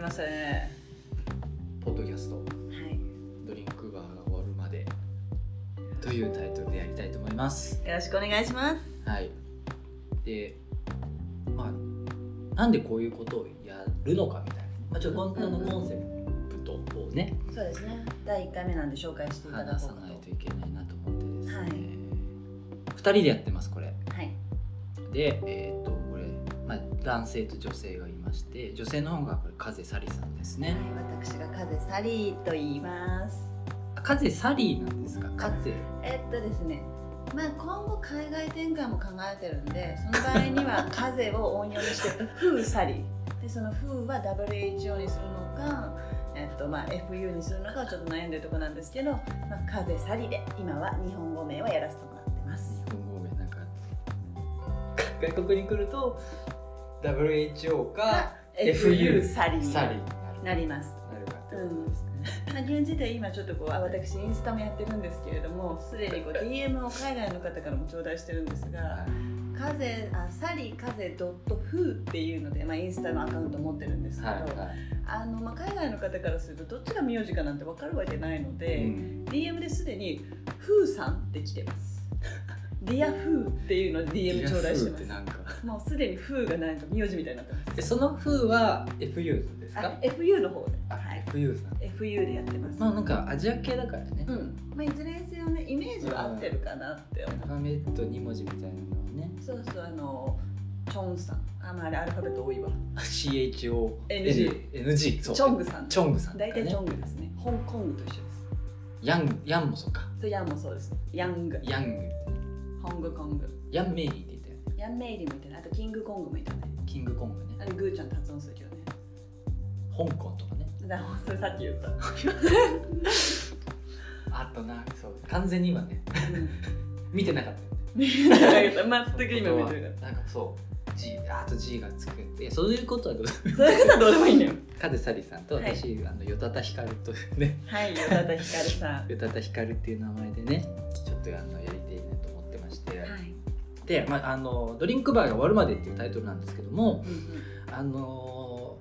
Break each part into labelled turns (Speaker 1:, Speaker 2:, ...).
Speaker 1: ましたね。
Speaker 2: ポッドキャスト
Speaker 1: はい。
Speaker 2: ドリンクバーが終わるまでというタイトルでやりたいと思います
Speaker 1: よろしくお願いします。
Speaker 2: はいでまあなんでこういうことをやるのかみたいな、まあ、ちょっとこんなのコンセプトをね
Speaker 1: そうですね。第一回目なんで紹介していただ
Speaker 2: 話
Speaker 1: こう
Speaker 2: さ
Speaker 1: か
Speaker 2: ないと
Speaker 1: と。
Speaker 2: いけないなと思ってですね、
Speaker 1: はい
Speaker 2: 2人でやってますこれ
Speaker 1: はい。
Speaker 2: でえっ、とこれ、まあ、男性と女性がいまして女性の方がこれ風サリさんです
Speaker 1: はい
Speaker 2: ね、
Speaker 1: 私が風サリーと言います。
Speaker 2: あ風サリーなんですか風
Speaker 1: えっとですね。まあ、今後海外展開も考えてるんで、その場合に は風を音読みして、風サリー。で、その風は WHO にするのか、えっと、まあ、FU にするのか、ちょっと悩んでるとこなんですけど、まあ、風サリで、今は日本語名はやらせてもらってます。
Speaker 2: 日本語名なんか外国に来ると WHO か FU
Speaker 1: サリ
Speaker 2: サリー
Speaker 1: ー
Speaker 2: になる
Speaker 1: なります。
Speaker 2: なるかってことですね、
Speaker 1: まあ、現時点今ちょっとこうあ私インスタもやってるんですけれどもすでにこう DM を海外の方からも頂戴してるんですが「風あサリ風ドットフー」っていうので、まあ、インスタのアカウント持ってるんですけど、
Speaker 2: はいはいはい、
Speaker 1: あのまあ、海外の方からするとどっちが名字かなんて分かるわけないので、
Speaker 2: うん、
Speaker 1: DM ですでに「フーさん」って来てます。ディアフーっていうので DM 頂戴して
Speaker 2: ってな
Speaker 1: ま
Speaker 2: んか
Speaker 1: す。もうすでにフーがなんか名字みたいになってます。
Speaker 2: えその風は FU ですか
Speaker 1: あ FU の方で、
Speaker 2: あ
Speaker 1: はい、
Speaker 2: FU さん
Speaker 1: FU でやってます。
Speaker 2: まあなんかアジア系だからね、
Speaker 1: うん、まあ、いずれにせよね、イメージは合ってるかなって思
Speaker 2: アルファベット2文字みたいなのをね
Speaker 1: う。そうそう、あの、チョンさん、あ、まあ、あれアルファベット多いわ。
Speaker 2: CHONG
Speaker 1: NG
Speaker 2: NG
Speaker 1: チ
Speaker 2: そう
Speaker 1: ョングさん。
Speaker 2: チョングさんとか
Speaker 1: 大
Speaker 2: ね
Speaker 1: 体チョングですね。香港グと一緒です。
Speaker 2: ヤンヤンもそうか
Speaker 1: そう、ヤンもそうです。ヤング、
Speaker 2: ヤング
Speaker 1: ホングコング、
Speaker 2: ヤンメイリーって言ったよね
Speaker 1: ヤンメイリみたいな、あとキングコングもいたね。
Speaker 2: キングコング
Speaker 1: あ
Speaker 2: ね
Speaker 1: れ、グーちゃん発音するけどね。
Speaker 2: 香港とかね
Speaker 1: だから、 それさっき言った。
Speaker 2: あとなそう完全に今ね見てなかったよね
Speaker 1: 全く今見てる
Speaker 2: なんかそう G あと G がつくいやそういうことはどう
Speaker 1: それこそどうでもいいのよ。
Speaker 2: カズサリさんと
Speaker 1: はい
Speaker 2: 私、あのヨタタヒカルというね
Speaker 1: はい、よかった、ヒカルさん。は
Speaker 2: ヨタタヒカルっていう名前でねちょっとあのやりたいなと思ってまして、
Speaker 1: い。
Speaker 2: で、まあ、あのドリンクバーが終わるまでっていうタイトルなんですけども
Speaker 1: う
Speaker 2: あの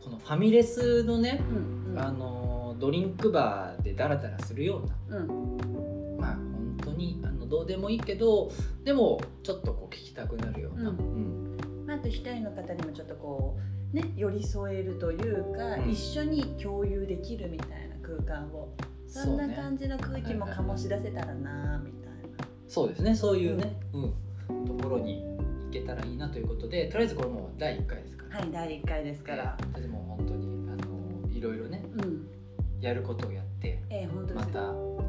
Speaker 2: このファミレスのね、
Speaker 1: んうん。うん。
Speaker 2: あのドリンクバーでダラダラするような
Speaker 1: うん。
Speaker 2: まあ本当にあのどうでもいいけどでもちょっとこう聞きたくなるような、
Speaker 1: うん
Speaker 2: うん
Speaker 1: まあ、あと一人の方にもちょっとこうね寄り添えるというか、
Speaker 2: うん
Speaker 1: 一緒に共有できるみたいな空間をそ
Speaker 2: そ
Speaker 1: ん
Speaker 2: う
Speaker 1: な
Speaker 2: ね
Speaker 1: 感じの空気も
Speaker 2: はいはい
Speaker 1: 醸し出せたらなあみたい
Speaker 2: そうですねそういうね、うんところに行けたらいいなということでとりあえずこれもう第1回ですから、
Speaker 1: な、はい第1回ですから、
Speaker 2: とりあえずもう本当にあのいろいろね
Speaker 1: うん
Speaker 2: やることをやって
Speaker 1: ええ本当で、
Speaker 2: ますたこ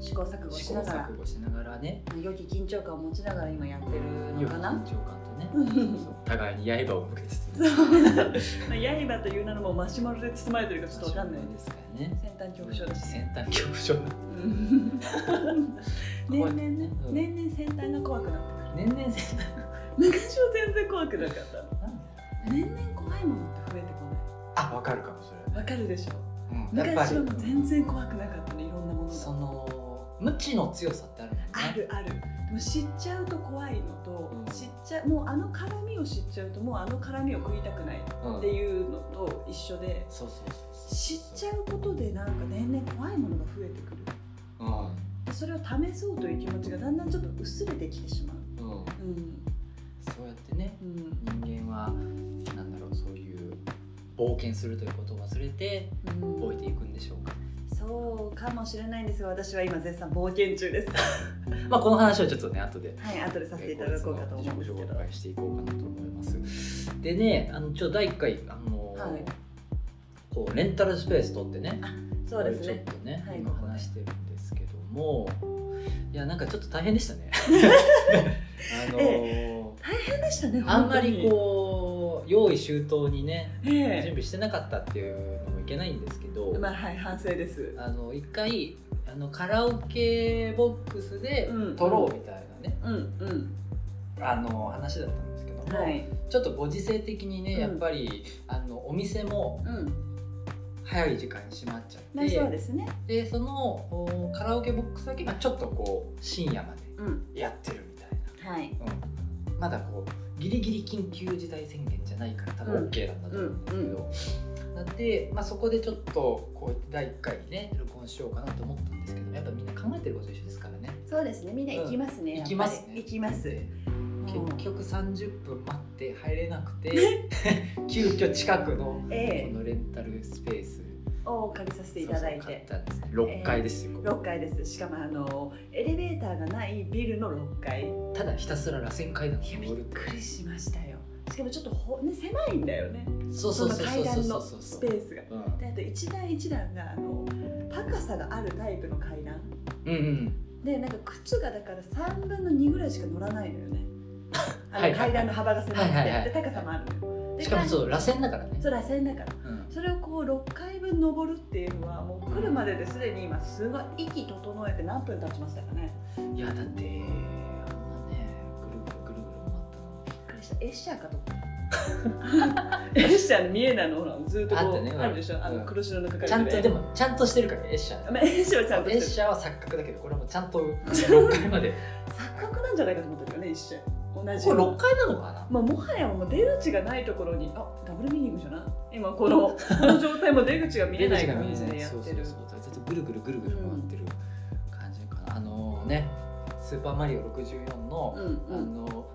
Speaker 2: う
Speaker 1: 試行錯誤
Speaker 2: 試
Speaker 1: し
Speaker 2: 行
Speaker 1: ながら
Speaker 2: 錯誤しながらね
Speaker 1: 良き緊張感を持ちながら今やってる
Speaker 2: 良
Speaker 1: の
Speaker 2: い
Speaker 1: か
Speaker 2: 緊
Speaker 1: な
Speaker 2: 張感とね
Speaker 1: うん
Speaker 2: そうそう互いに刃を向けつつ
Speaker 1: そう そうまあ刃という名のもマシュマロで包まれてるかちょっとわかんないです
Speaker 2: ですからね
Speaker 1: 先端恐怖症です
Speaker 2: 先端恐怖症だ
Speaker 1: うん 年々ね
Speaker 2: うん
Speaker 1: 年々先端が怖くなってく
Speaker 2: 年
Speaker 1: る
Speaker 2: 々先端
Speaker 1: 昔は全然怖くなかったの
Speaker 2: なんだ
Speaker 1: 年々怖いものって増えてこ
Speaker 2: あわかるかもそれ
Speaker 1: ないわかるでしょ
Speaker 2: うんやっぱ
Speaker 1: 昔
Speaker 2: り
Speaker 1: はもう全然怖くなかったねいろんなものが
Speaker 2: その無知の強さってあるもんね
Speaker 1: あるあるでも知っちゃうと怖いのと、
Speaker 2: うん
Speaker 1: 知っちゃもうあの辛みを知っちゃうともうあの辛みを食いたくない
Speaker 2: うん
Speaker 1: っていうのと一緒で
Speaker 2: そうそうそう
Speaker 1: 知っちゃうことでなんか年々怖いものが増えてくる
Speaker 2: うん
Speaker 1: でそれを試そうという気持ちがだんだんちょっと薄れてきてしまう
Speaker 2: うん
Speaker 1: うん
Speaker 2: そうやってね
Speaker 1: うん
Speaker 2: 人間はなんだろうそういう冒険するということを忘れて
Speaker 1: うん
Speaker 2: 覚えていくんでしょうか、
Speaker 1: そうかもしれないんですが私は今絶賛冒険中です
Speaker 2: まあこの話はちょっとね後で
Speaker 1: はい後でさせていただこうかと思うんですけど
Speaker 2: ご紹介していこうかなと思いますでねあのちょ第1回あの、
Speaker 1: はい
Speaker 2: こうレンタルスペース取ってね
Speaker 1: そうですね
Speaker 2: これちょっとね、
Speaker 1: はい
Speaker 2: 今
Speaker 1: ここね
Speaker 2: 話してるんですけどもいやなんかちょっと大変でした ね あのー
Speaker 1: 変でしたね
Speaker 2: あんまりこう用意周到にね
Speaker 1: う、え
Speaker 2: 準備してなかったっていうのもいけないんですけど、
Speaker 1: えまあはい反省です
Speaker 2: あの一回あのカラオケボックスで
Speaker 1: うん
Speaker 2: 撮ろうみたいなね、
Speaker 1: うんうん
Speaker 2: あの話だったんですけども、
Speaker 1: はい
Speaker 2: ちょっとご時世的にね、
Speaker 1: うん
Speaker 2: やっぱりあのお店も
Speaker 1: うん
Speaker 2: 早い時間に閉まっちゃ
Speaker 1: まあ
Speaker 2: って、
Speaker 1: そうですね
Speaker 2: でそのおカラオケボックスだけがちょっとこう深夜ま
Speaker 1: うん
Speaker 2: でやってるみたい
Speaker 1: はい
Speaker 2: な、うんまだこうギリギリ緊急事態宣言じゃないから多分
Speaker 1: うん
Speaker 2: OK なんだと思うんですけど、なって、まあ、そこでちょっとこう第1回にね録音しようかなと思ったんですけどやっぱみんな考えてること一緒ですからね
Speaker 1: そうですねみんな行きます
Speaker 2: 行
Speaker 1: ね、やっぱり
Speaker 2: きますね
Speaker 1: 行きます
Speaker 2: で
Speaker 1: もう
Speaker 2: 結局30分待って入れなくて 急遽近くのこ
Speaker 1: ええ
Speaker 2: のレンタルスペース
Speaker 1: をお借りさせていただいて
Speaker 2: そうそう買ったんですね6階ですよ、
Speaker 1: 6階ですしかもあのエレベーターがないビルの6階
Speaker 2: ただひたすら螺旋階段を
Speaker 1: いやび
Speaker 2: 登
Speaker 1: っ
Speaker 2: るって
Speaker 1: くりしましたよしかもちょっとほ、ね、狭いんだよね
Speaker 2: そうそ
Speaker 1: そ
Speaker 2: う
Speaker 1: の
Speaker 2: そう
Speaker 1: 階
Speaker 2: そうそう
Speaker 1: 段
Speaker 2: そ
Speaker 1: の
Speaker 2: うそう
Speaker 1: スペースが
Speaker 2: うん
Speaker 1: であと一段一段があの高さがあるタイプの階段
Speaker 2: うんうん
Speaker 1: でなんか靴がだから3分の2ぐらいしか乗らないのよ ねあ
Speaker 2: はい
Speaker 1: の階段の幅が狭くて、
Speaker 2: はいはいはい
Speaker 1: で高さもあるのよで
Speaker 2: しかも
Speaker 1: う
Speaker 2: そう螺旋だからね、
Speaker 1: そう螺旋だから
Speaker 2: うん、
Speaker 1: それをこう6回分登るっていうのはもう来るまでですでに今すごい息整えて何分経ちましたかね
Speaker 2: いやだってあんなねぐるぐるぐるぐる
Speaker 1: びっくりしたエッシャーかと思った エッシャーの見えないのほらずっとこ
Speaker 2: あっ
Speaker 1: う
Speaker 2: たねうん
Speaker 1: あるでしょあ
Speaker 2: う
Speaker 1: の
Speaker 2: ん
Speaker 1: 黒白のか
Speaker 2: 回
Speaker 1: かり
Speaker 2: ちゃんとで
Speaker 1: も
Speaker 2: もちゃんとしてるからエッシャー
Speaker 1: エッシャーはちゃんと
Speaker 2: エッ
Speaker 1: して
Speaker 2: シャーは錯覚だけどこれはもうちゃんと6階まで
Speaker 1: る錯覚なんじゃないかと思ったけどね一瞬同じ
Speaker 2: こ
Speaker 1: よう
Speaker 2: れ
Speaker 1: な
Speaker 2: 6階なのかな
Speaker 1: まあ、もはやもう出口がないところにあダブルミーニングじゃない今このこの状態も出口が見えない感じでやってる
Speaker 2: そうそうそうずっとぐるぐるぐるぐる回ってる感じかな、あのね「スーパーマリオ64の」
Speaker 1: うんう
Speaker 2: あ
Speaker 1: ん
Speaker 2: の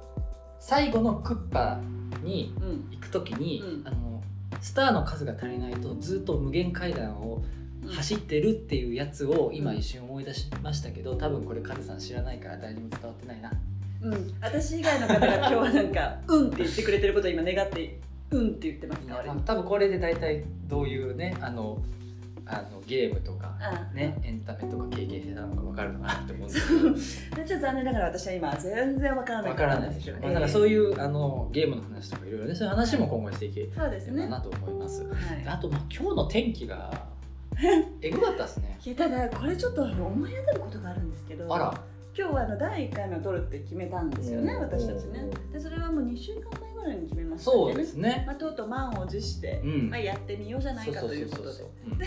Speaker 2: 最後のクッパに
Speaker 1: うん
Speaker 2: 行く時に、
Speaker 1: うん
Speaker 2: あのスターの数が足りないとずっと無限階段を走ってるっていうやつを今一瞬思い出しましたけど多分これカズさん知らないから誰にも伝わってないな
Speaker 1: うん私以外の方が今日はなんか 「うん」って言ってくれてることを今願って「うん」って言ってますか
Speaker 2: 多
Speaker 1: 俺
Speaker 2: 分多分これで大体どういうねあのあのゲームとか、
Speaker 1: あ
Speaker 2: ね、エンタメとか経験してたのか分かるのかなって思うんです けど
Speaker 1: あでちょっと残念ながら私は今全然わからない
Speaker 2: 分からないでしょ、まあ、なんか
Speaker 1: そ
Speaker 2: そうういうあのゲームの話とかいろいろねそういう話も今後していけれ
Speaker 1: そうです
Speaker 2: ば
Speaker 1: ね、
Speaker 2: なと思います、
Speaker 1: はい
Speaker 2: あとまあ今日の天気 がえぐかったですね
Speaker 1: いやただこれちょっとあの思い当たることがあるんですけど
Speaker 2: あら
Speaker 1: 今日はあの第1回目を取るって決めたんですよね、
Speaker 2: うん
Speaker 1: 私たちね
Speaker 2: う
Speaker 1: でそれはもう2週間前ぐらいに決めましたん
Speaker 2: そうですね
Speaker 1: まあ、とうとう満を持して
Speaker 2: う、ん
Speaker 1: まあ、やってみようじゃないかというこ
Speaker 2: そ
Speaker 1: とで
Speaker 2: うそうそうそ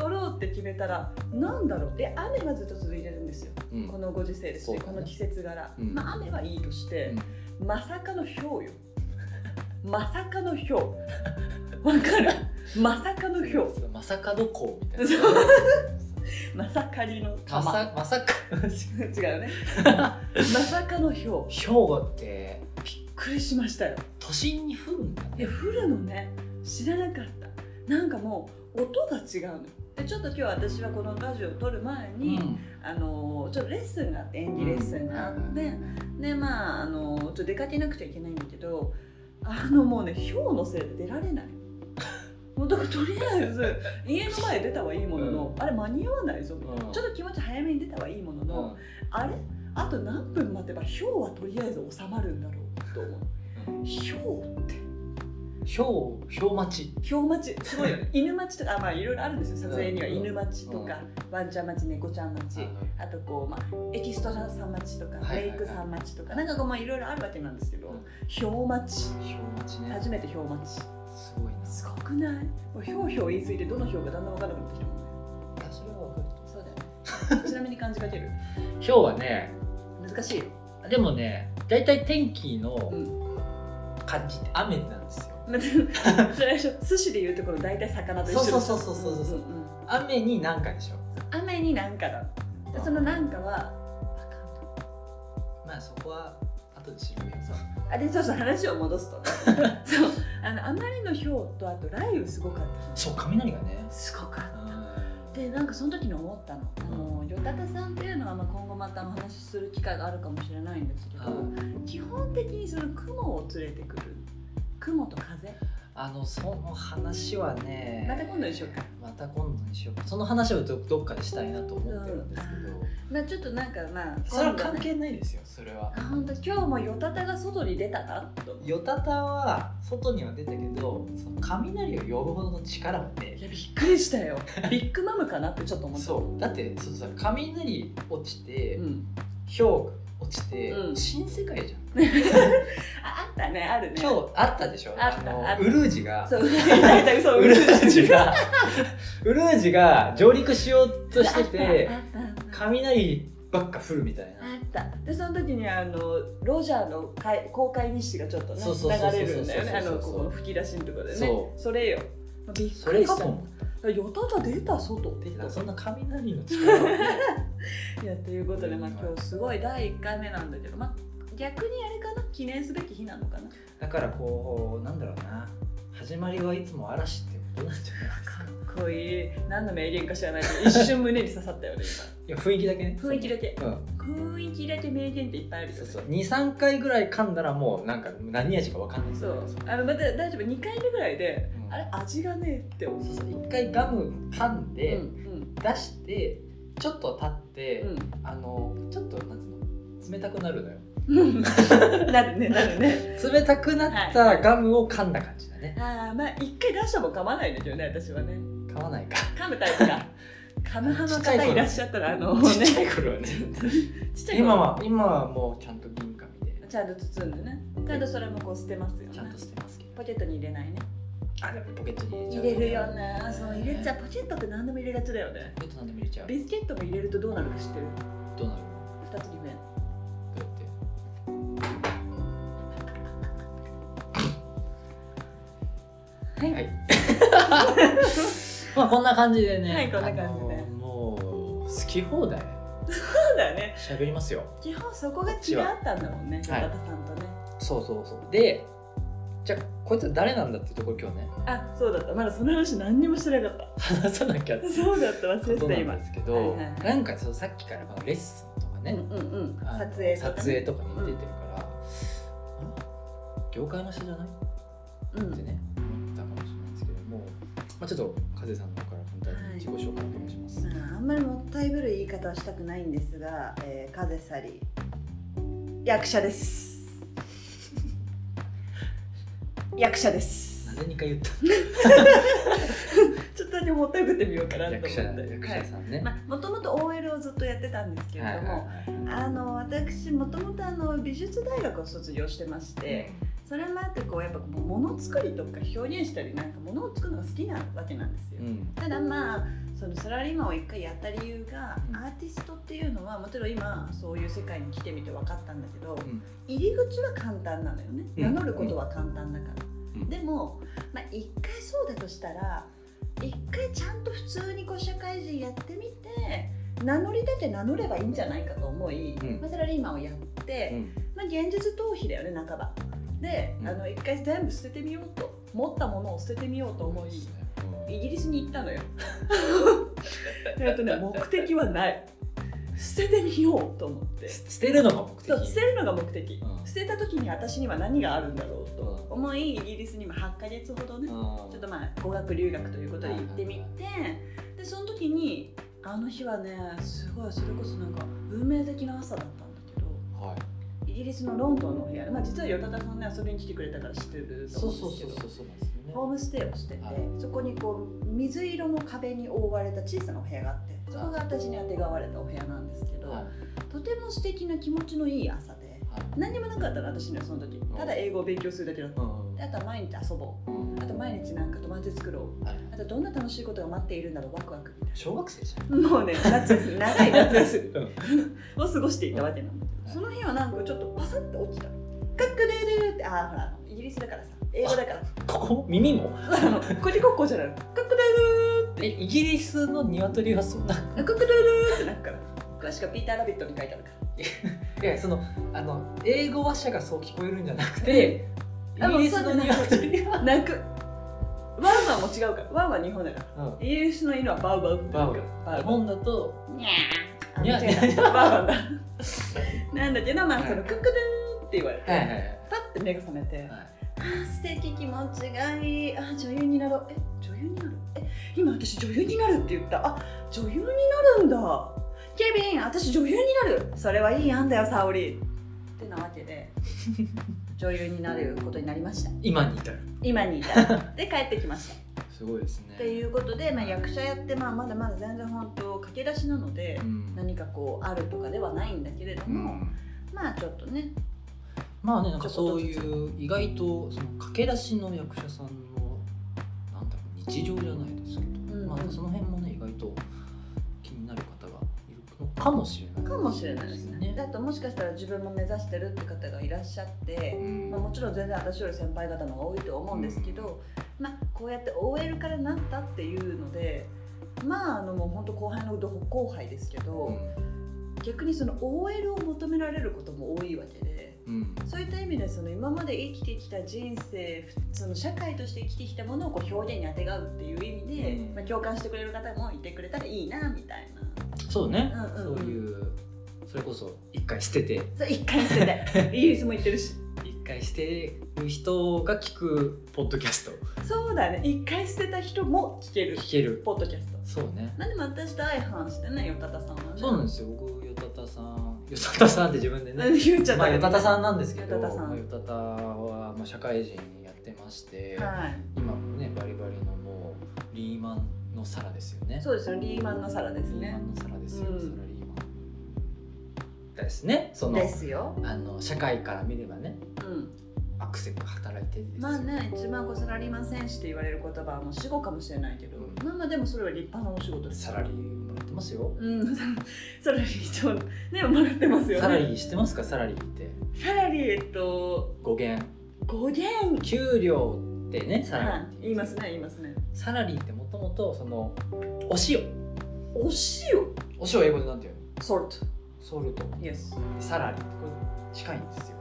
Speaker 2: う
Speaker 1: 撮ろうって決めたらなんだろうで雨がずっと続いてるんですよ、
Speaker 2: うんうん
Speaker 1: このご時世ですし、
Speaker 2: そうだね
Speaker 1: この季節柄、
Speaker 2: うん
Speaker 1: まあ、雨はいいとして、まさかのひょうよ まさかの ひょうわかるまさかのひょう
Speaker 2: まさかどこみたいな
Speaker 1: そうまさかりの
Speaker 2: ま
Speaker 1: 玉
Speaker 2: さまさか
Speaker 1: 違うね まさかのひょう
Speaker 2: 兵庫って
Speaker 1: びっくりしましたよ
Speaker 2: 都心に降るんだ
Speaker 1: いや
Speaker 2: ね
Speaker 1: 降るのね知らなかったなんかもう音が違うのでちょっと今日私はこのラジオを撮る前に、あのちょっとレッスンがあって演技レッスンがあって、でまああのちょっと出かけなくちゃいけないんだけどあのもうねひょうのせいで出られないもうだからとりあえず家の前出たはいいものの、あれ間に合わないぞ、
Speaker 2: うん
Speaker 1: ちょっと気持ち早めに出たはいいものの、あれあと何分待てばひょうはとりあえず収まるんだろうと思うひょうって
Speaker 2: 兵庫兵町
Speaker 1: ひょう待ちすごいよね犬待ちとかあまあいろいろあるんですよ撮影には
Speaker 2: うん
Speaker 1: 犬待ちとか、ワンちゃん待ち猫ちゃん待ち、あとこう、まあ、エキストラさん待ちとか、
Speaker 2: はいはいはい
Speaker 1: メイクさん待ちとかなんかこう、まあ、いろいろあるわけなんですけど、
Speaker 2: うん
Speaker 1: 表待ち
Speaker 2: 兵町ね
Speaker 1: 初めて表待ち
Speaker 2: すごいな
Speaker 1: すごくないもうひょうひょう言い過ぎてどのひょうがだんだん分からなくなってきたもんね
Speaker 2: あそれはわかる
Speaker 1: そうだよね ちなみに漢字書ける
Speaker 2: 兵はね
Speaker 1: 難しいよ
Speaker 2: でもね大体天気の
Speaker 1: うん
Speaker 2: 感じって雨なんですよ
Speaker 1: まあでもそれは一緒寿司で言うところ大体魚と一緒
Speaker 2: そうそうそうそうそうそうん
Speaker 1: んん
Speaker 2: 雨になんかでしょ
Speaker 1: 雨になんかだでそのなんかは分かんない
Speaker 2: まあそこは後で調べよう
Speaker 1: あでそうそう話を戻すと そうあのあまりのひょうとあと雷雨すごかった
Speaker 2: そう雷がね
Speaker 1: すごかった
Speaker 2: うん
Speaker 1: でなんかその時に思ったのあの与田さんっていうのはまあ今後またお話しする機会があるかもしれないんですけど、基本的にその雲を連れてくる雲と風
Speaker 2: あのその話はね
Speaker 1: また今度にしようか
Speaker 2: また今度にしようかその話をどどっかでしたいなと思ってるんですけど、
Speaker 1: まあちょっとなんかまあ
Speaker 2: それは
Speaker 1: 今度
Speaker 2: 関
Speaker 1: ね
Speaker 2: 係ないですよそれは
Speaker 1: あ本当今日も与田が外に出たなと
Speaker 2: よたたは外には出たけどその雷を呼ぶほどの力もね
Speaker 1: いやびっくりしたよ ビッグマムかなってちょっと思った
Speaker 2: そうだってそうさ雷落ちて、
Speaker 1: ん、
Speaker 2: ひょう落ちて、
Speaker 1: うん
Speaker 2: 新世界じゃん
Speaker 1: ああったねあるね
Speaker 2: 今日あったでしょ
Speaker 1: あったあった
Speaker 2: ウルージが
Speaker 1: そう大体そう
Speaker 2: ウルージ がウルージが上陸しようとしてて
Speaker 1: あったあったあった
Speaker 2: 雷ばっか降るみたいな
Speaker 1: あったでその時にあのロジャーの開公開日誌がちょっとね
Speaker 2: そうそうそうそう
Speaker 1: 流れるんだよねあ
Speaker 2: そう
Speaker 1: の
Speaker 2: そうそうそう
Speaker 1: ここの吹き出しのところでね
Speaker 2: そ
Speaker 1: れよびっ
Speaker 2: そ
Speaker 1: く
Speaker 2: れ
Speaker 1: り
Speaker 2: か
Speaker 1: した
Speaker 2: も
Speaker 1: よたた出た外
Speaker 2: 出たそんな雷の力 はね
Speaker 1: いやということで、まあ、
Speaker 2: うん
Speaker 1: 今日すごい第1回目なんだけど、まあ、逆にあれかな記念すべき日なのかな
Speaker 2: だからこうなんだろうな始まりはいつも嵐ってことなんじゃないですか
Speaker 1: かっこいい何の名言か知らないけど一瞬胸に刺さったよね
Speaker 2: いや雰囲気だけね
Speaker 1: 今雰囲気だけ
Speaker 2: うん
Speaker 1: 雰囲気だけ名言っていっぱいあるよね
Speaker 2: そうそう23回ぐらい噛んだらもうなんか何味か分かんないです
Speaker 1: そ
Speaker 2: よ
Speaker 1: う
Speaker 2: ね
Speaker 1: あのまた大丈夫2回目ぐらいで、
Speaker 2: うん
Speaker 1: あれ味がねえって思う
Speaker 2: そうそう一回ガム噛んで、
Speaker 1: うん
Speaker 2: 出してちょっと経って、
Speaker 1: うん
Speaker 2: あのちょっとなんつうの冷たくなるのよ
Speaker 1: うん、なるねなるね
Speaker 2: 冷たくなったガムを噛んだ感じだね、
Speaker 1: ああまあ一回出しても噛まないんだけどね私はね
Speaker 2: 噛まないか
Speaker 1: 噛むタイプが噛む派の
Speaker 2: ちっちゃい
Speaker 1: 方
Speaker 2: 頃
Speaker 1: いらっしゃったらあの
Speaker 2: ちっちゃ
Speaker 1: ね
Speaker 2: い頃はね
Speaker 1: ちっちゃい頃
Speaker 2: 今は今はもうちゃんと銀紙で
Speaker 1: ちゃんと包んでねちゃんとそれもこう捨てますよ
Speaker 2: ちゃん
Speaker 1: ね
Speaker 2: と捨てますけど
Speaker 1: ポケットに入れないね
Speaker 2: あでもポケットに
Speaker 1: 入
Speaker 2: 入れちゃう
Speaker 1: れるよなそう入れちゃうポケットって何でも入れがちだよね
Speaker 2: ポケットなんでも入れちゃう
Speaker 1: ビスケットも入れるとどうなるか知ってる
Speaker 2: どうなる
Speaker 1: 二つにね
Speaker 2: どうやって
Speaker 1: はい、
Speaker 2: はい まあこんな感じでね
Speaker 1: はいこんな感じで
Speaker 2: あのもう好き放題
Speaker 1: そうだよね
Speaker 2: 喋りますよ
Speaker 1: 基本そこが違ったんだもんね
Speaker 2: はい
Speaker 1: 中田さんとね、
Speaker 2: そうそうそうでじゃあこいつは誰なんだっていうところ今日ね
Speaker 1: あそうだったまだその話何にもしてなかった
Speaker 2: 話さなきゃって
Speaker 1: そうだった忘
Speaker 2: こ
Speaker 1: れ
Speaker 2: と
Speaker 1: て
Speaker 2: な
Speaker 1: た
Speaker 2: ん
Speaker 1: 今
Speaker 2: ですけど、
Speaker 1: はいはいはい
Speaker 2: なんかそのさっきからこのレッスンとかね、
Speaker 1: うんうんうん
Speaker 2: あの
Speaker 1: 撮影とかね
Speaker 2: 撮影とかに出てるから、あれ業界の人じゃない
Speaker 1: うん
Speaker 2: ってね思ったかもしれないですけども、まあ、ちょっと風さんの方から本当に自己紹介お願いします、
Speaker 3: まああんまりもったいぶる言い方はしたくないんですが、えー、風サリ役者 です役者です
Speaker 2: なぜ2回言った
Speaker 1: ちょっとだけもったいぶってみようかなと思っ
Speaker 2: 役
Speaker 1: て
Speaker 2: 者役者さんね、
Speaker 1: はいまあ、もともと OL をずっとやってたんですけれ
Speaker 2: はい
Speaker 1: ど
Speaker 2: はい
Speaker 1: も、
Speaker 2: はい
Speaker 1: あの私もともとあの美術大学を卒業してましてそれもあってこうやっぱこうもの作りとか表現したりなんかものを作るのが好きなわけなんですよ
Speaker 2: う。ん
Speaker 1: ただまあそのサラリーマンを一回やった理由が、
Speaker 2: うん
Speaker 1: アーティストっていうのはもちろん今そういう世界に来てみて分かったんだけど、
Speaker 2: ん
Speaker 1: 入り口は簡単なのよね
Speaker 2: うん
Speaker 1: 名乗ることは簡単だから、
Speaker 2: うん
Speaker 1: でも、まあ、一回そうだとしたら一回ちゃんと普通にこう社会人やってみて名乗りだけ名乗ればいいんじゃないかと思い、
Speaker 2: うん
Speaker 1: まあ、サラリーマンをやって、
Speaker 2: うん
Speaker 1: まあ、現実逃避だよね半ばで、
Speaker 2: うん
Speaker 1: あの一回全部捨ててみようと持ったものを捨ててみようと思い、イギリスに行ったの よ。えっとね目的はない捨ててみようと思って
Speaker 2: 捨捨てるのが目
Speaker 1: そう
Speaker 2: 的
Speaker 1: 捨てるのが目的、
Speaker 2: うん
Speaker 1: 捨てた時に私には何があるんだろうと思いイギリスにも8ヶ月ほどね、ちょっとまあ語学留学ということで行ってみて、でその時にあの日はねすごいそれこそなんか運命的な朝だったんだけど
Speaker 2: はい
Speaker 1: イギリスのロンドンのお部屋で、まあ、実はよたたさんね遊びに来てくれたから知ってると
Speaker 2: そう
Speaker 1: 思
Speaker 2: そううんそ
Speaker 1: ですけ
Speaker 2: う
Speaker 1: ど
Speaker 2: そうそうなんですよね
Speaker 1: ホームステイをしてて、
Speaker 2: はい
Speaker 1: そこにこう水色の壁に覆われた小さなお部屋があってそこが私にあてがわれたお部屋なんですけど、
Speaker 2: はい
Speaker 1: とても素敵な気持ちのいい朝で
Speaker 2: はい
Speaker 1: 何もなかったの私にはその時
Speaker 2: ん
Speaker 1: ただ英語を勉強するだけだった
Speaker 2: うん
Speaker 1: であとは毎日遊ぼ
Speaker 2: うん
Speaker 1: うあと毎日なんか友達作ろう
Speaker 2: はい
Speaker 1: あとどんな楽しいことが待っているんだろうワクワクみたい
Speaker 2: 小学生じゃん
Speaker 1: なもうね夏休み長い夏休
Speaker 2: うん
Speaker 1: みを過ごしていたわけなんだけ
Speaker 2: うん
Speaker 1: どその日はなんかちょっとパサッと起きたカックルルルってああほらイギリスだからさ英語だから
Speaker 2: ここ耳も
Speaker 1: あのコリコッコじゃないのカックルルル
Speaker 2: えイギリスの鶏はそんな
Speaker 1: クックドゥルーってなるから詳しくはピーター・ラビットに書いてあるから
Speaker 2: いやそのあの英語話者がそう聞こえるんじゃなくてイギリスの鶏は
Speaker 1: 泣くワンワンも違うからワンワン日本だからイギリスの犬はバウバウって
Speaker 2: バウ
Speaker 1: 言うから
Speaker 2: バウ日本だと
Speaker 1: ニ
Speaker 2: ニャ
Speaker 1: ャー
Speaker 2: ー
Speaker 1: あ間違えたバウバウだなんだけどまあそのクックドゥーって言われて、
Speaker 2: はいはいはい
Speaker 1: パッて目が覚めて、あ
Speaker 2: はい
Speaker 1: ー素敵気持ちがいいあー女優になろうえ女優になるえ今私女優になるって言ったあ女優になるんだケビン私女優になるそれはいい案だよ沙織ってなわけ で女優になることになりました
Speaker 2: 今に至る
Speaker 1: 今に至 るで帰ってきました
Speaker 2: すごいですね
Speaker 1: ということで、まあ、役者やって、まあ、まだまだ全然本当駆け出しなので
Speaker 2: うん
Speaker 1: 何かこうあるとかではないんだけれど
Speaker 2: う
Speaker 1: も、
Speaker 2: ん
Speaker 1: まあちょっとね
Speaker 2: まあねなんかそういう意外とその駆け出しの役者さんのなんだろう日常じゃないですけど、
Speaker 1: うん
Speaker 2: まあ、その辺もね意外と気になる方がいるのかもしれない
Speaker 1: かもしれないです
Speaker 2: で
Speaker 1: ね
Speaker 2: すね
Speaker 1: だともしかしたら自分も目指してるって方がいらっしゃって、
Speaker 2: うん
Speaker 1: まあ、もちろん全然私より先輩方の方が多いと思うんですけど、まあ、こうやって OL からなったっていうのでまああのもう本当後輩のど後輩ですけ
Speaker 2: う
Speaker 1: ど、
Speaker 2: ん
Speaker 1: 逆にその OL を求められることも多いわけで
Speaker 2: うん
Speaker 1: そういった意味でその今まで生きてきた人生その社会として生きてきたものをこう表現にあてがうっていう意味で、
Speaker 2: うん
Speaker 1: まあ、共感してくれる方もいてくれたらいいなみたいな。
Speaker 2: そうね、
Speaker 1: うんうんうん
Speaker 2: そういうそれこそ一回捨てて
Speaker 1: そう一回捨 ててイギリスも行ってるし
Speaker 2: 一回捨てる人が聞くポッドキャスト
Speaker 1: そうだね一回捨てた人も聞ける
Speaker 2: 聞ける
Speaker 1: ポッドキャス
Speaker 2: そ
Speaker 1: ト
Speaker 2: うね
Speaker 1: なんでも私と相反してねよたたさんはね
Speaker 2: そうなんですよ僕よたたさんよたたさんって自分でね
Speaker 1: なんで言っちゃった
Speaker 2: まあ、よたたさんなんですけど、
Speaker 1: よたたさん
Speaker 2: まあよたたはまあ社会人やってまして、
Speaker 1: はい
Speaker 2: 今もねバリバリのもうリーマンのサラですよね。
Speaker 1: そうですよリーマンの皿です
Speaker 2: リーマ
Speaker 1: ね
Speaker 2: ンのサラですよ、
Speaker 1: うん
Speaker 2: サラリーマン。ですね。その
Speaker 1: ですよ
Speaker 2: あの社会から見ればね、
Speaker 1: うん
Speaker 2: アクセルが働いてるんですよ
Speaker 1: まあね1万個サラリーマン選手って言われる言葉はもう死語かもしれないけど、
Speaker 2: うん
Speaker 1: まあまあでもそれは立派なお仕事です
Speaker 2: サラリーもらってますよ。
Speaker 1: うん、 サラリー長ねもらってますよね
Speaker 2: サラリー知ってますか？サラリーって
Speaker 1: サラリーえっと
Speaker 2: 語源。
Speaker 1: 5元
Speaker 2: 給料ってね、サラリー
Speaker 1: は
Speaker 2: って言う
Speaker 1: い言い
Speaker 2: んで
Speaker 1: ますす
Speaker 2: けど
Speaker 1: ね言いますね
Speaker 2: サラリーってもともとそのお塩、
Speaker 1: お塩
Speaker 2: お塩英語でなんて言うの？
Speaker 1: ソルト
Speaker 2: ソルト。
Speaker 1: イエス
Speaker 2: サラリーこれ近いんですよ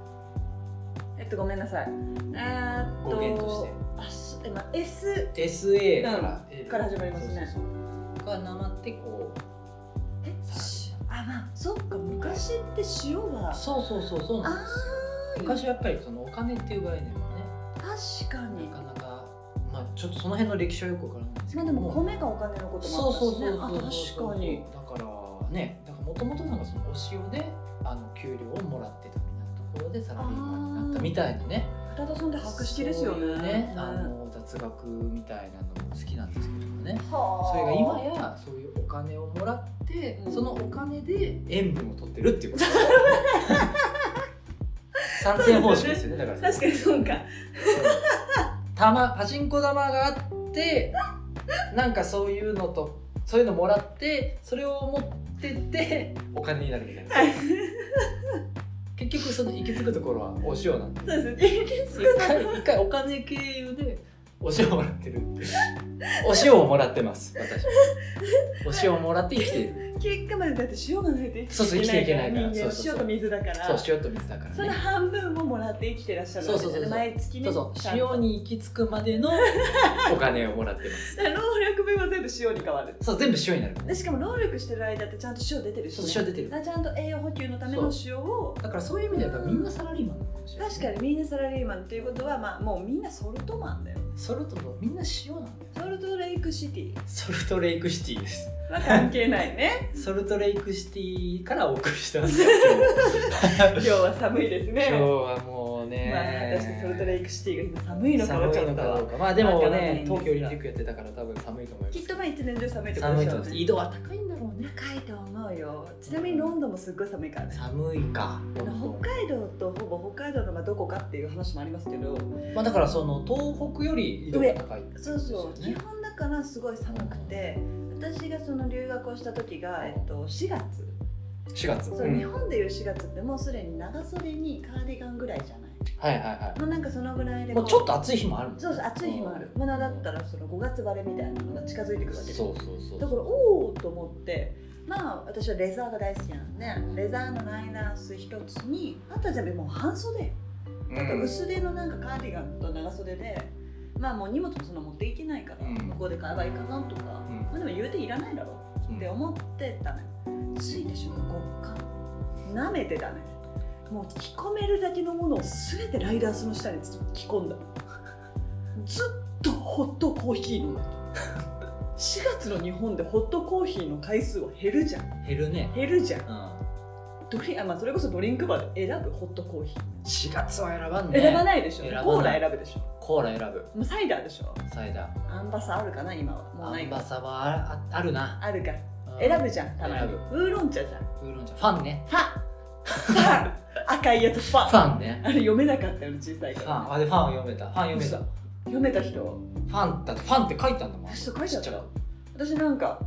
Speaker 1: えっとごめんなさい。えーっと
Speaker 2: 語源として
Speaker 1: あす今 S
Speaker 2: SA から、
Speaker 1: から始まりますね
Speaker 2: そうそうそうがなまってこう
Speaker 1: え
Speaker 2: サラリー
Speaker 1: しあまあそっか昔って塩が
Speaker 2: そうそうそうそうなん
Speaker 1: あ
Speaker 2: です昔はやっぱりそのお金っていう概念もね
Speaker 1: ー確か
Speaker 2: な
Speaker 1: に。
Speaker 2: かなかまあちょっとその辺の歴史はよくわからないんですけ
Speaker 1: まあ
Speaker 2: ど
Speaker 1: でも米がお金のことも
Speaker 2: そうそうそうそう
Speaker 1: あったしね。あ確かに。
Speaker 2: だからねだからもともとなんかそのお塩であの給料をもらってたみたいなところでサラリーマンになったみたいなね
Speaker 1: 二田さんって博識ですよ
Speaker 2: そうい
Speaker 1: ね。
Speaker 2: うねあ
Speaker 1: は
Speaker 2: の雑学みたいなのも好きなんですけどもね
Speaker 1: あ。
Speaker 2: それが今やそういうお金をもらって、
Speaker 1: うん
Speaker 2: そのお金で塩分を取ってるっていう こと三点方式ですよねだから
Speaker 1: 確かにそうか。
Speaker 2: 玉パチンコ玉があってなんかそういうのとそういうのもらってそれを持ってってお金になるみたいな
Speaker 1: はい
Speaker 2: 結局その行き着くところはお塩なんで
Speaker 1: そうです
Speaker 2: 一回一回お金経由でお塩をもらってるお塩をもらってます私お塩をもらって生きている
Speaker 1: 結果までだって塩がないと
Speaker 2: そうそう
Speaker 1: 生きていけないから
Speaker 2: 生きていけないから
Speaker 1: 人間
Speaker 2: そ
Speaker 1: は
Speaker 2: うそう
Speaker 1: 塩
Speaker 2: そう
Speaker 1: と水だから。
Speaker 2: そう塩と水だから
Speaker 1: その
Speaker 2: ね
Speaker 1: 半分をもらって生きてらっしゃるわけです
Speaker 2: そうそうそ
Speaker 1: よね
Speaker 2: う
Speaker 1: 毎月ね
Speaker 2: そうそう
Speaker 1: ちゃんと
Speaker 2: 塩に行き着くまで のお金をもらってます
Speaker 1: だから労力分は全部塩に変わる
Speaker 2: そう全部塩になる
Speaker 1: でしかも労力してる間ってちゃんと塩出てるし、
Speaker 2: そう塩出てる
Speaker 1: だからちゃんと栄養補給のための塩を
Speaker 2: だからそういう意味ではやっぱみんなサラリーマンなのかもしれない
Speaker 1: 確かにみんなサラリーマンっていうことは、まあ、もうみんなソルトマンだよ
Speaker 2: ソルトとみんな塩なんだよ
Speaker 1: ソルトレイクシティ
Speaker 2: ソルトレイクシティです
Speaker 1: は関係な いね
Speaker 2: ソルトレイクシティからお送りして ます今
Speaker 1: 今
Speaker 2: 日
Speaker 1: 日は寒いです
Speaker 2: 今日
Speaker 1: ね
Speaker 2: はもうね
Speaker 1: まあ確かにソルトレイクシティが今寒いのか
Speaker 2: 寒
Speaker 1: もち
Speaker 2: い
Speaker 1: ょ
Speaker 2: の
Speaker 1: っ
Speaker 2: かどう
Speaker 1: と
Speaker 2: かまあでも
Speaker 1: わからないんで
Speaker 2: ね
Speaker 1: すが
Speaker 2: 東京オリンピックやってたから多分寒いと思います
Speaker 1: きっとまあ一年中寒いってこと
Speaker 2: 寒い
Speaker 1: で
Speaker 2: と
Speaker 1: しょ
Speaker 2: 思い
Speaker 1: う
Speaker 2: ます
Speaker 1: ね
Speaker 2: 移動は高いんだろうね
Speaker 1: 高いと思うよちなみにロンドンもすっごい寒いからね
Speaker 2: 寒いか
Speaker 1: 北海道とほぼ北海道のまあどこかっていう話もありますけど
Speaker 2: まあ、だからその東北より緯度が高いってことです
Speaker 1: そ
Speaker 2: よ
Speaker 1: うそう、
Speaker 2: ね
Speaker 1: 日本だからすごい寒くて私がその留学をした時が、えっと、4月
Speaker 2: 4月
Speaker 1: そう、
Speaker 2: ん
Speaker 1: 日本でいう4月ってもうすでに長袖にカーディガンぐらいじゃない
Speaker 2: はいはいは
Speaker 1: もうなんかそのぐらい
Speaker 2: い
Speaker 1: で
Speaker 2: も
Speaker 1: も
Speaker 2: うちょっと暑い日もあるもんね
Speaker 1: そうそう暑い日もあるまだだったらその5月晴れみたいなのが近づいてくるわけです
Speaker 2: そうそうそう
Speaker 1: だからおおと思ってまあ私はレザーが大好きなんでレザーのライナース一つにあとは全部もう半袖よ
Speaker 2: うん
Speaker 1: 薄手のなんかカーディガンと長袖でまあもう荷物もそんな持っていけないから、
Speaker 2: うん
Speaker 1: 向こうで買えばいいかなとか、
Speaker 2: ん
Speaker 1: まあ、でも言うていらないだろうって思ってたのよついてしまう極寒舐めてたねもう着込めるだけのものを全てライダースの下に着込んだずっとホットコーヒー飲んだ4月の日本でホットコーヒーの回数は減るじゃん
Speaker 2: 減るね、
Speaker 1: 減るじゃん
Speaker 2: うん、
Speaker 1: ドリンあ、まあ、それこそドリンクバーで選ぶホットコーヒー
Speaker 2: 4月は選ばんね
Speaker 1: 選ばないでしょ、
Speaker 2: 選ばない
Speaker 1: コーラ選ぶでしょ
Speaker 2: コーラ選ぶ
Speaker 1: もうサイダーでしょ
Speaker 2: サイダー
Speaker 1: アンバサあるかな今はもう
Speaker 2: ア
Speaker 1: ない
Speaker 2: ン
Speaker 1: か
Speaker 2: バサはあああるな
Speaker 1: あるか
Speaker 2: うん
Speaker 1: 選ぶじゃんたまに
Speaker 2: 選
Speaker 1: ウーロン茶じゃん
Speaker 2: ウーロン茶ファンね
Speaker 1: ファンファン赤いやつファン
Speaker 2: ファンね
Speaker 1: あれ読めなかったよね小さい
Speaker 2: フ
Speaker 1: か
Speaker 2: ァ
Speaker 1: ら
Speaker 2: ンあでファンを読めたファン読めた
Speaker 1: 嘘読めた人
Speaker 2: ファンだってファンって書いてあんだもん
Speaker 1: そう書いてあった
Speaker 2: ちっちゃ
Speaker 1: 私なんか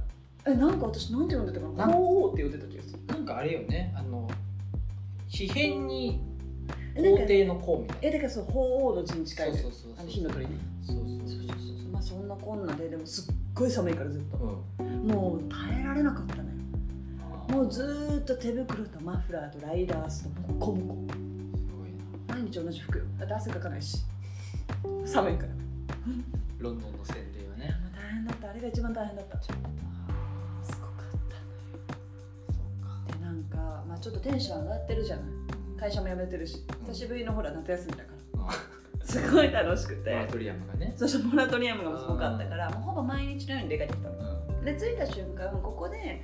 Speaker 1: えなんか私なんて読んでたか
Speaker 2: な
Speaker 1: な鳳凰って読んでた気がする
Speaker 2: くなんかあれよねあの秘変に皇帝の皇みたい
Speaker 1: えだからそう法王の陣地
Speaker 2: な。
Speaker 1: 会で
Speaker 2: そう
Speaker 1: あの火の鳥ね
Speaker 2: そうそうそう
Speaker 1: そうまあそんなこんなででもすっごい寒いからずっと
Speaker 2: うん
Speaker 1: もう耐えられなかったね
Speaker 2: あー
Speaker 1: もうずーっと手袋とマフラーとライダースとボッコボコ
Speaker 2: すごいな
Speaker 1: 毎日同じ服よだって汗かかないし寒いからも
Speaker 2: ロンドンの洗礼はね。
Speaker 1: う大変だったあれが一番大変だったすごかっ
Speaker 2: そうか
Speaker 1: たでなんか、まあ、ちょっとテンション上がってるじゃない会社も辞めてるし
Speaker 2: ん
Speaker 1: 久しぶりのほら夏休みだか
Speaker 2: あ
Speaker 1: ら すごい楽しく
Speaker 2: モラ
Speaker 1: て
Speaker 2: トリアムがね。
Speaker 1: そしてモラトリアムがすごかったからもうほぼ毎日のように出かけてたの
Speaker 2: うんは
Speaker 1: で着いた瞬間ここで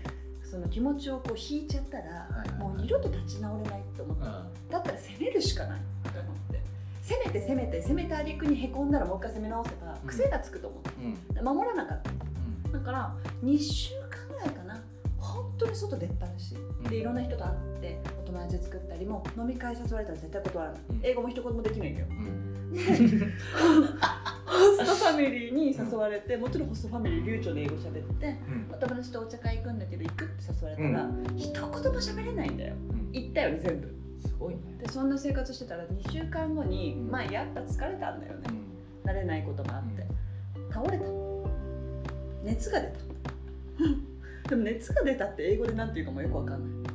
Speaker 1: その気持ちをこう引いちゃったら
Speaker 2: いはいはい
Speaker 1: もう二度と立ち直れないって思っ
Speaker 2: う
Speaker 1: たの
Speaker 2: ん
Speaker 1: だったら攻めるしかないと思って攻めて攻めて攻めた挙句にへこんだらもう一回攻め直せば
Speaker 2: うん
Speaker 1: 癖がつくと思って
Speaker 2: うん
Speaker 1: で守らなかった
Speaker 2: う
Speaker 1: だから2週間ぐらいかな本当に外出っ放し
Speaker 2: ん。
Speaker 1: でいろんな人と会ってお友達作ったりも飲み会誘われたら絶対断らない
Speaker 2: うん
Speaker 1: 英語も一言もできないんだよ
Speaker 2: うん。
Speaker 1: ホストファミリーに誘われてもちろんホストファミリー流暢で英語喋って
Speaker 2: うん
Speaker 1: お友達とお茶会行くんだけど行くって誘われたら、
Speaker 2: う
Speaker 1: 一言も喋れないんだよ
Speaker 2: うん
Speaker 1: 行ったよね全部
Speaker 2: すごいね。
Speaker 1: でそんな生活してたら2週間後に、
Speaker 2: うん
Speaker 1: まあやっぱ疲れたんだよね
Speaker 2: うん
Speaker 1: 慣れないこともあって、倒れた熱が出た でも熱が出たって英語でなんて言うかもよくわかんない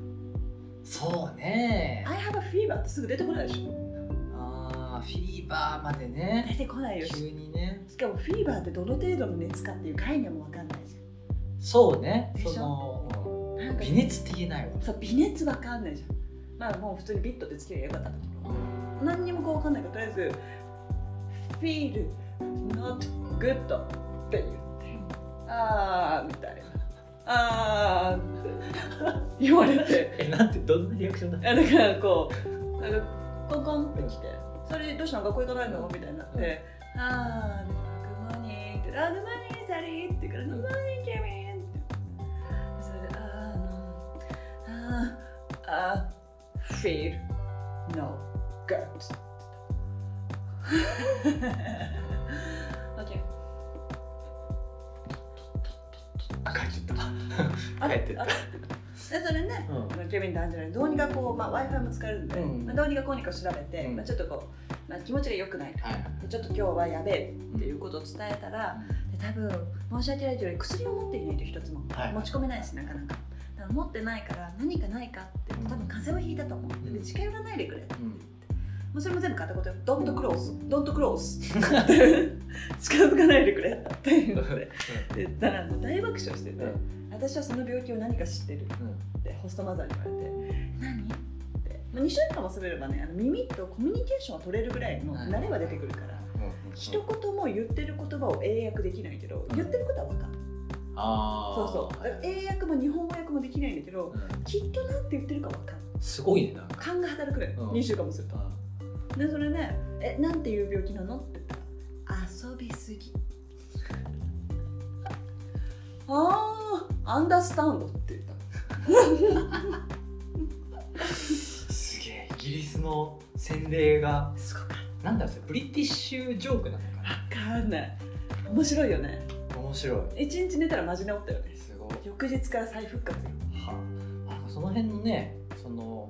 Speaker 2: そうね
Speaker 1: I have a fever ってすぐ出てこないでしょ
Speaker 2: あーフィーバーまでね
Speaker 1: 出てこないよし
Speaker 2: 急にね
Speaker 1: かもフィーバーってどの程度の熱かっていう概念もわかんないじ
Speaker 2: そうね
Speaker 1: でし
Speaker 2: そ
Speaker 1: ょ
Speaker 2: の
Speaker 1: ゃんな
Speaker 2: うん
Speaker 1: か
Speaker 2: 微熱って言えないわ
Speaker 1: そう微熱わかんないじゃんまあもう普通にビットでつければよかったんだけど何にもこうわかんないからとりあえず「feel not good」って言って「あー」みたいな「あー」って言われて
Speaker 2: えなんてどんなリアクションだった
Speaker 1: あだからこうなんかコンコンって来て「それどうしたの学校行かないの?」みたいになって「あー」みたいな「good morning」って「あ good morning サリー」って言うから「good morning ケビン」ってそれで「あーあーあー feel no good」OK
Speaker 2: あ帰っちゃった
Speaker 1: あ
Speaker 2: 帰ってった
Speaker 1: でそれね
Speaker 2: うん
Speaker 1: ケビンとアンジェラにどうにかこう、まあ、w i f i も使えるんで、
Speaker 2: うん
Speaker 1: まあ、どうにかこうにか調べて、
Speaker 2: うん
Speaker 1: まあ、ちょっとこう、まあ、気持ちが良くないと
Speaker 2: はい
Speaker 1: でちょっと今日はやべえっていうことを伝えたら、で多分申し訳ないというより薬を持っていないと一つも、
Speaker 2: はい
Speaker 1: 持ち込めないしなかなかだから持ってないから何かないかって
Speaker 2: うん
Speaker 1: 多分風邪をひいたと思う、
Speaker 2: うん
Speaker 1: で近寄らないでくれ
Speaker 2: うんうん
Speaker 1: もうそれも全部片言よ「ドントクロースドントクロー ス」って近づかないでくれっていうの でで言ったらもう大爆笑してて、
Speaker 2: うん
Speaker 1: 私はその病気を何か知ってる
Speaker 2: うん
Speaker 1: ってホストマザーに言われて「何?」って、まあ、2週間もすればねあの耳とコミュニケーションは取れるぐらいの
Speaker 2: はい
Speaker 1: 慣れは出てくるから、
Speaker 2: うん
Speaker 1: 一言も言ってる言葉を英訳できないけど、
Speaker 2: うん
Speaker 1: 言ってることは分かる、
Speaker 2: あ
Speaker 1: そ
Speaker 2: ー
Speaker 1: うそうだから英訳も日本語訳もできないんだけど
Speaker 2: うん
Speaker 1: きっとなんて言ってるか分かる
Speaker 2: すごいねなんか
Speaker 1: 勘が働くね、
Speaker 2: うん
Speaker 1: 2週間もするとでそれね「えなんていう病気なの?」って言ったら「遊びすぎ」あーアンダースタンドって言った
Speaker 2: すげえイギリスの洗礼が
Speaker 1: すごく
Speaker 2: なんだろうそれブリティッシュジョークなのか
Speaker 1: 分かんない面白いよね
Speaker 2: な面白
Speaker 1: 一日寝たらマジ治ったよね
Speaker 2: いすごい
Speaker 1: 翌日から再復活よ
Speaker 2: はなんかその辺のねその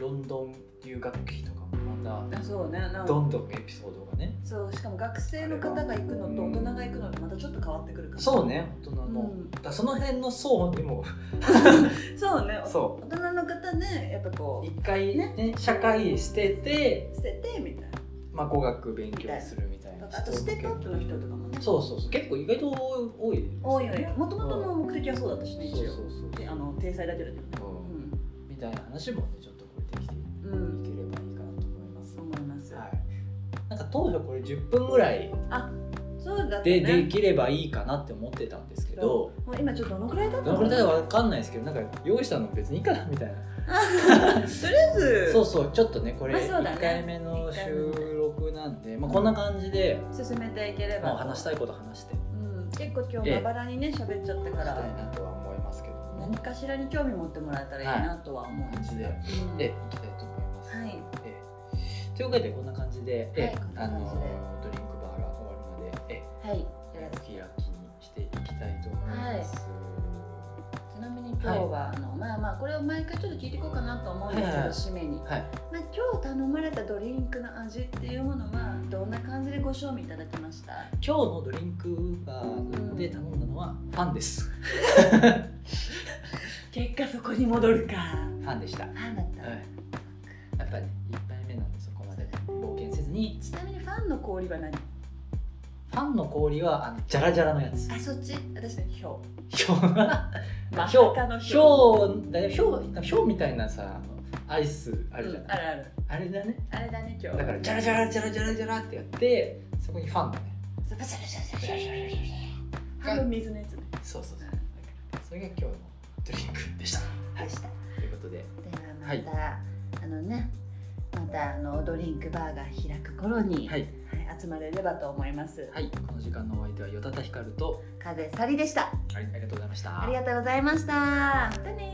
Speaker 2: ロンドン留学期とかもま
Speaker 1: あそうねな
Speaker 2: た
Speaker 1: ん
Speaker 2: ど
Speaker 1: か
Speaker 2: んどんエピソードがね
Speaker 1: そうしかも学生の方が行くのと大人が行くのとまたちょっと変わってくるから
Speaker 2: そうね大人の、
Speaker 1: うん
Speaker 2: だからその辺の層にも
Speaker 1: そうね
Speaker 2: そ
Speaker 1: 大人の方ねやっぱこ
Speaker 2: 一回ね社会捨てて、
Speaker 1: う捨ててみたい
Speaker 2: まあ、語学勉強するみたいな
Speaker 1: なあとステップアップの人とかもね
Speaker 2: そうそうそう結構意外と多いですね
Speaker 1: 多いよねもともとの目的はそうだったしね
Speaker 2: そう
Speaker 1: 一
Speaker 2: そう
Speaker 1: 応
Speaker 2: そう
Speaker 1: であの体裁だけだけどね
Speaker 2: うんみたいな話もねちょっとこれできてい
Speaker 1: うん、うん、
Speaker 2: ければいいかなと思います、
Speaker 1: そう思います、
Speaker 2: はいなんか当初これ10分ぐらい
Speaker 1: そうだった
Speaker 2: で
Speaker 1: ね
Speaker 2: できればいいかなって思ってたんですけど、
Speaker 1: もう今ちょっとどのくらいだった
Speaker 2: どのくらいだかわかんないですけどなんか用意したの別にいいかなみたいな、
Speaker 1: とりあえず
Speaker 2: そうそうちょっとねこれ
Speaker 1: まあそうだね
Speaker 2: 1回目の収録なんで、まあ、こんな感じで、
Speaker 1: 進めていければ
Speaker 2: もう話したいこと話していき
Speaker 1: うん、結構今日まばらにね喋っちゃった
Speaker 2: た
Speaker 1: か
Speaker 2: い
Speaker 1: ら、
Speaker 2: なとは思いますけどね
Speaker 1: 何かしらに興味持ってもらえたらいいなとは
Speaker 2: こんな
Speaker 1: 思う、
Speaker 2: 感じで
Speaker 1: うん
Speaker 2: でいきたいと思います、
Speaker 1: はい
Speaker 2: えーというわけでこんな感じで、え
Speaker 1: はいこんな
Speaker 2: あ
Speaker 1: 感じで
Speaker 2: のドリンクバーが終わるので、え
Speaker 1: はいよろし
Speaker 2: ー、お開きにしていきたいと思います、
Speaker 1: くちなみに今日今日は、あのまあまあこれを毎回ちょっと聞いていこうかなと思うんですけど、
Speaker 2: はいはい
Speaker 1: 締めに、
Speaker 2: はい
Speaker 1: まあ、今日頼まれたドリンクの味っていうものはどんな感じでご賞味いただきました
Speaker 2: 今日のドリンクバーで頼んだのはファンです。
Speaker 4: 結果そこに戻るか
Speaker 2: ファンでした。は
Speaker 1: ファンだった、
Speaker 2: い。やっぱり一杯目なんでそこまで冒険せずに、
Speaker 1: ちなみにファンの氷は何
Speaker 2: ファンの氷はあのジャラジャラのや つ。
Speaker 1: あそっち私ねひょ
Speaker 2: ひょう、
Speaker 1: うま
Speaker 2: ひょ
Speaker 1: さかの
Speaker 2: う、ひょう、だよひょう、ひょうみたいなさ、あのアイスあ
Speaker 1: あ
Speaker 2: るじゃ
Speaker 1: うん
Speaker 2: な
Speaker 1: あ
Speaker 2: い。
Speaker 1: るある
Speaker 2: あれだね。
Speaker 1: あれだね今日
Speaker 2: だからジャラジャラジャラジャラジャラってやって、そこにファンだね。
Speaker 1: パシャパシャパシャパシャパシャパシャ
Speaker 2: が
Speaker 1: 半分水のやつね
Speaker 2: そうそうそう。それが今日のドリンクでした。
Speaker 1: でした
Speaker 2: ということで、
Speaker 1: ではまた、あのねまたあのドリンクバーが開く頃に、
Speaker 2: はい、
Speaker 1: はい集まれればと思います
Speaker 2: はい、この時間のお相手はよたたひかると、
Speaker 1: 風さりでした
Speaker 2: はい、ありがとうございました。
Speaker 1: ありがとうございましたまたね